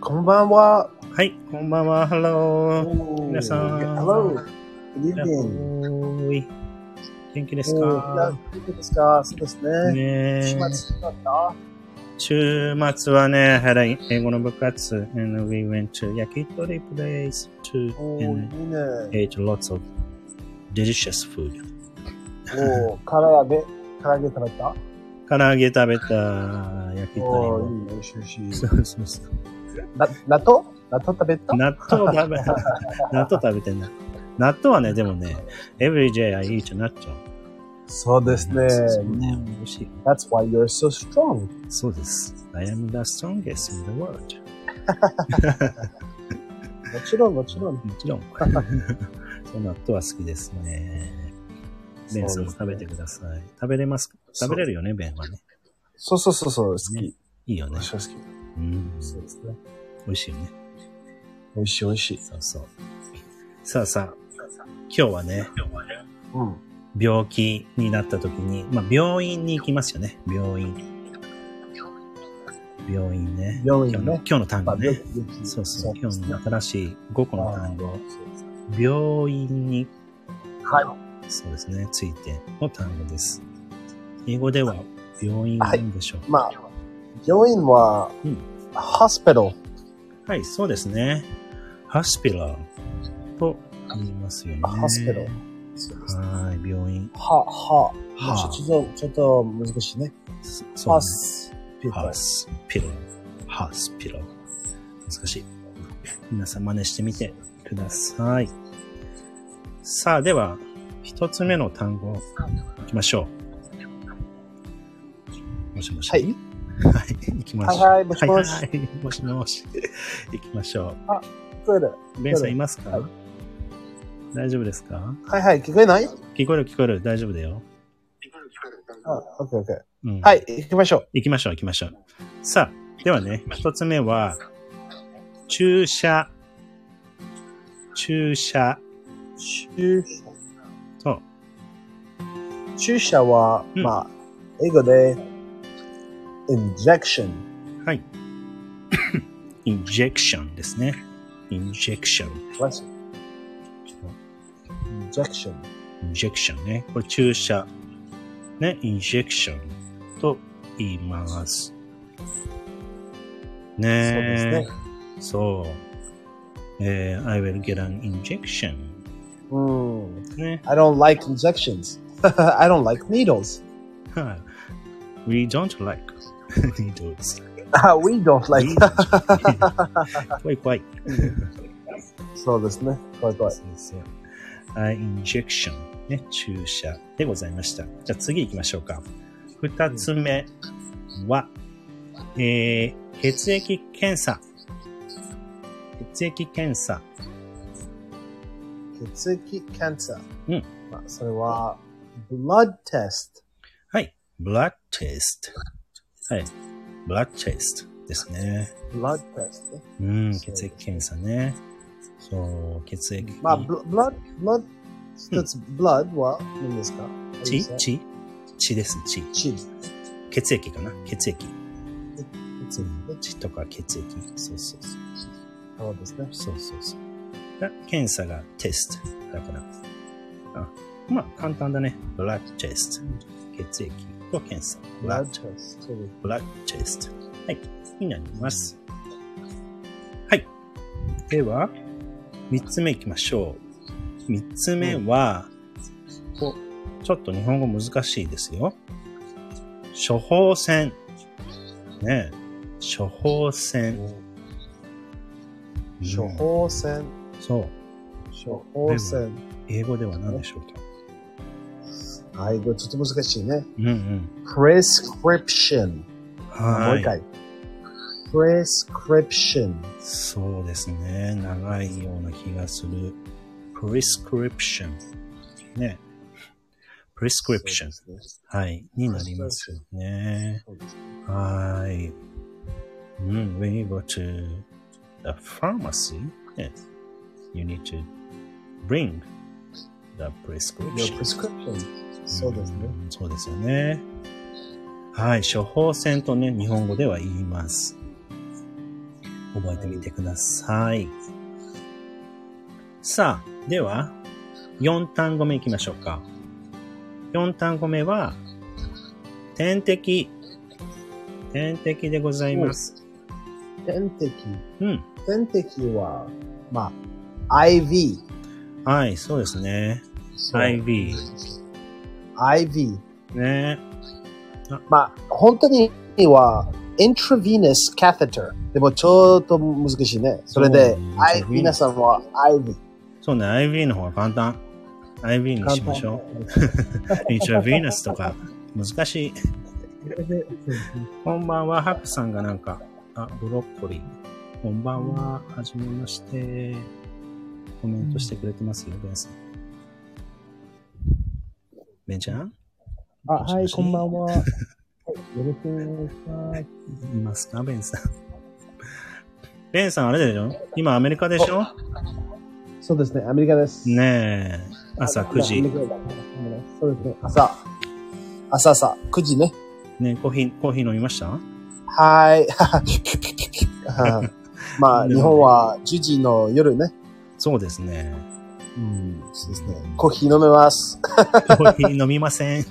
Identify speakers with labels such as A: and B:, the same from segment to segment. A: こんばんは。
B: はい、こんばんは、ハロー。
A: 皆
B: 皆さん
A: Hello. Good
B: やっ
A: evening.
B: ほーい。元気です
A: いや
B: か
A: 元気ですかそうですね。
B: ね
A: 週
B: え
A: 末だった
B: 週末はね、had a 英語の部活、and we went to 焼き鳥 place to
A: おー、
B: and
A: いいね。
B: ate lots of delicious food.
A: おー、から揚げ、唐揚げ食べた
B: 唐揚げ食べた焼き鳥
A: おー、い
B: も。
A: いね。美味しい美味しい
B: そ。うそうそう。
A: な、納豆納豆食べた
B: 納豆 食べ、納豆食べてんだ。納豆はね、でもね、every day I eat 納豆。
A: そうですね。
B: そうね、美味しい。
A: That's why you're so strong.
B: そうです。I am the strongest in the world.
A: もちろん、もちろん。
B: もちろん。 そう納豆は好きですね。ベンさんも食べてください。食べれますか
A: そう
B: 食べれるよね、ベンはね。
A: そうそうそう、そう好き。
B: いいよね。
A: 私は好き。
B: うん。
A: そうですね。
B: 美味しいよね。
A: 美味しい美味しい。
B: そうそう。さあさあ、今日はね、
A: うん。
B: 病気になった時に、まあ病院に行きますよね。病院。病院ね。
A: 病院ね
B: 今日の今日の単
A: ま
B: 語
A: あ、よ
B: ね
A: く。、よく。
B: そうそう。
A: で
B: 今
A: す
B: 日
A: ね
B: の新しい5個の単語。
A: そうですね
B: 病院に
A: はい。
B: そうですね。ついての単語です。英語では病院なんでしょうか、
A: まあ、病院は、
B: うん
A: ホスピタル。
B: はい、そうですね。ホスピタルと言いますよね。
A: ホスピタル。そうですね
B: はい、病院。
A: は、は、
B: は
A: ちょっと、ちょっと難しいね。
B: そそう
A: ホ
B: ね
A: スピタル
B: ホ。スピタル。ホスピタル。難しい。皆さん真似してみてください。さあ、では、一つ目の単語、行きましょう。もしもし。
A: はい。
B: はい、行きましょう。
A: はいはいもしもし
B: はいはいもしもし。行きましょ
A: そうだ
B: う。ベンさんいますか、
A: は
B: 大丈夫ですか
A: はいはい、聞こえない
B: 聞こえる聞こえる。大丈夫だよ。
A: あ、オッケーオッケー。
B: うん、
A: は。い、行きましょう。
B: 行きましょう行きましょう。さあ、ではね、一つ目は、注射。注射
A: 注
B: と、
A: 注射は、
B: うん
A: まあ、英語で、インジェクション。
B: はい。 インジェクションですね。インジェクション。
A: インジェクション。
B: インジェクションね。これ注射。ね、インジェクションと言います。
A: そう
B: ね
A: ですね。
B: そう。えー I will get an injection.
A: うん。
B: ね。
A: I don't like injections. I don't like needles.
B: Huh. We don't like needles.
A: we don't like.
B: We don't. 怖い怖い。
A: そうですね。怖い怖い。
B: そうそう。I injection ね、注射でございました。じゃあ次行きましょうか。二つ目は、えー、血液検査。血液検査。
A: 血液検査。
B: うん。
A: まあ、それは、blood test。
B: はい。blood test。はい。blood test ですね。
A: blood test ね。
B: うん、血液検査ね。そう、血液。
A: まあ、bl- blood、blood、一つ、blood は何ですか
B: 血血血です、血。
A: 血。
B: 血液かな血液。
A: 血
B: 血とか血液。そうそうそう。
A: そうですね。
B: そうそうそう。が検査がテストだから。あまあ、簡単だね。ブラッドチェスト。血液と検査。ブラ
A: blood
B: ッ
A: test。そうです
B: ブラッドチェスト。はい。になります。はい。では、三つ目いきましょう。三つ目は、おちょっと日本語難しいですよ。処方箋。ねえ処方箋。
A: 処方箋。
B: そう。
A: 処方箋。
B: 英語では何でしょうか
A: はい、これちょっと難しいね。
B: うんうん。
A: prescription。も
B: は
A: う一回。prescription。
B: そうですね。長いような気がする。prescription。ね。prescription。
A: そうですね
B: はい。になりますよね。
A: そうですね
B: はい。うん。when you go to the pharmacy, ね you need to bring the
A: Your
B: prescription.
A: prescription。そうですね。
B: ん。そうですよね。はい。処方箋とね、日本語では言います。覚えてみてください。さあ、では、4単語目行きましょうか。4単語目は、点滴。点滴でございます。
A: 点滴。
B: うん。
A: 点滴は、まあ、IV。
B: はい、そうですね。IV。
A: IV。
B: ね。
A: まあ、本当には、intravenous catheter。でもちょっと難しいね。それで、
B: そう
A: I、皆さんは IV。
B: そうね、IV の方が簡単。IV にしましょう。インチャヴィーナスとか、難し い。こんばんは、ハップさんがなんか、あ、ブロッコリー。こんばんは、はじめまして。コメントしてくれてますよ、ベンさん。ベンちゃん
C: あ、
B: もしもし
C: はい、こんばん は。はいよろしくお願いします。
B: いますか、ベンさん。ベンさん、あれでしょ今アメリカでしょ
C: そうですね、アメリカです。
B: ねえ。朝9
C: アメ
B: 時。
C: リカだそうですね。
A: 朝、朝朝、9時ね。
B: ねコーヒー、コーヒー飲みました
A: はーい。うんまあ、日本は10時の夜ね。
B: そうですね。
A: うん、そうですね。コーヒー飲めます。
B: コーヒー飲みません。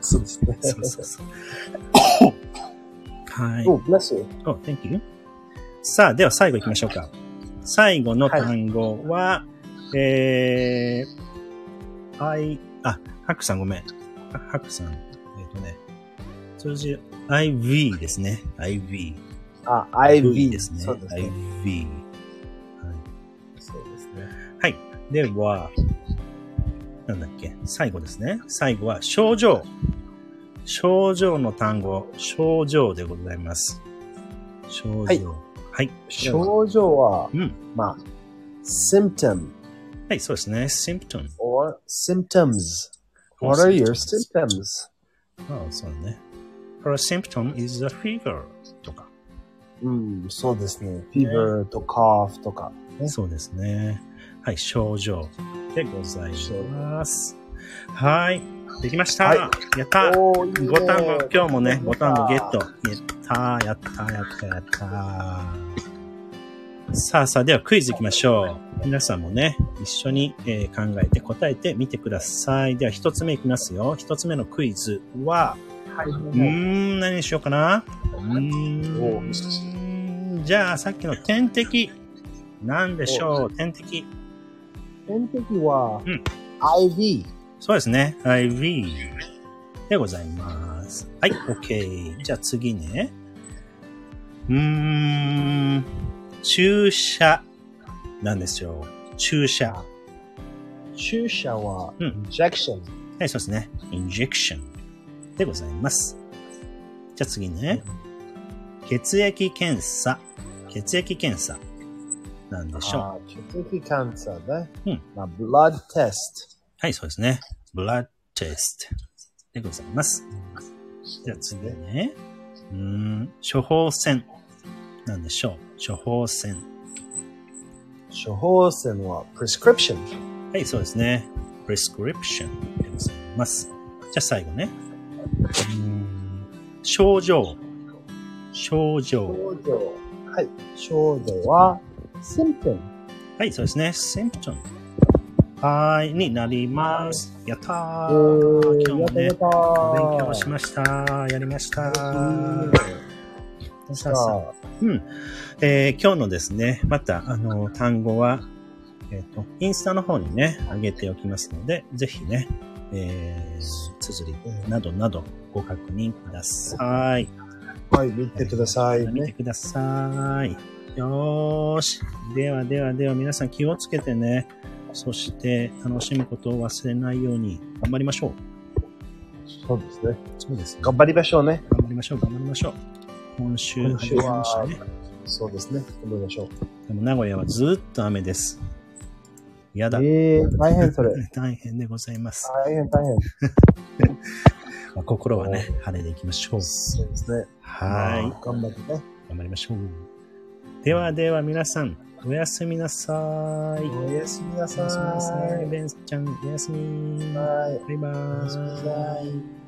A: そうですね。
B: そうそうそう。 はい。
A: お、ブラス。
B: Oh, thank you. さあ、では最後行きましょうか。最後の単語は、えー、I、あ、ハクさんごめん。あハクさん、えっ、とね、数字 IV ですね。IV。
A: あ、IV
B: ですね。
A: そうですね。
B: IV。はい
A: そうですね。
B: では、なんだっけ、最後ですね。最後は、症状。症状の単語、症状でございます。症状。は
A: はいい。
B: はい。
A: 症状は、
B: うん
A: まあ、symptom
B: はい、そうですね。symptom。
A: or symptoms. What are your symptoms?
B: ああ、そうだね。Her symptom is a fever とか。
A: うん、そうですね。fever と cough とか。ね
B: そうですね。はい、症状でございます。はい。できました。
A: はい
B: やった
A: おーいいね
B: 五単語、今日もね、
A: や
B: 五
A: った
B: 単語ゲット。やったー、やったー、やったー、やったー。さあさあ、ではクイズ行きましょう。皆さんもね、一緒に、えー考えて答えてみてください。では一つ目いきますよ。一つ目のクイズは、
A: はい。
B: うーん、何にしようかな。うー
A: お難し
B: ん、じゃあさっきの点滴。何でしょう、点滴。
A: 点滴は、
B: うん
A: IV。
B: そうですね。IV でございます。はい、OK。じゃあ次ね。うーん、注射なんですよ。注射。は
A: 注射は、
B: うん
A: injection。
B: い、そうですね。injection でございます。じゃあ次ね。血液検査。血液検査。なんでしょう。
A: あー血液検査ね。
B: うん
A: まあ、blood test。
B: はい、そうですね。blood test でございます。じゃあ次ね。うーん、処方箋。なんでしょう。処方箋。
A: 処方箋は prescription。
B: はい、そうですね。prescription でございます。じゃあ最後ね。うーん、症状。症状。
A: 症状。はい。症状は symptom。
B: はい、そうですね。symptom。はい、になります。やったー。今日もね、
A: た
B: 勉強しました。やりました。さあさあ
A: さあ、
B: うん。えー今日のですね、また、あの、単語は、えっ、と、インスタの方にね、上げておきますので、ぜひね、えー、綴りなどなどご確認ください。
A: はい、見てください
B: 見て
A: ね。
B: ください。よーし。ではではでは皆さん気をつけてね、そして楽しむことを忘れないように頑張りましょう。
A: そうですね。
B: そうですね。
A: 頑張りましょうね。
B: 頑張りましょう、頑張りましょう。今週
A: 今週
B: 始
A: は
B: まりましたね。
A: そうですね。頑張りましょう。
B: でも名古屋はずっと雨です。やだ。
A: ええー、大変それ。
B: 大変でございます。
A: 大変大変。
B: まあ、心はね、晴れでいきましょう。
A: そうですね。。
B: はい
A: 頑張ってね。
B: い。頑張りましょう。ではでは皆さん、おやすみなさい。お
A: おやすみなさ
B: やすみなさい。
A: い。
B: ベンちゃん、おやすみ。
A: はい。
B: バイバ
A: おやすみな
B: ーイ。
A: さい。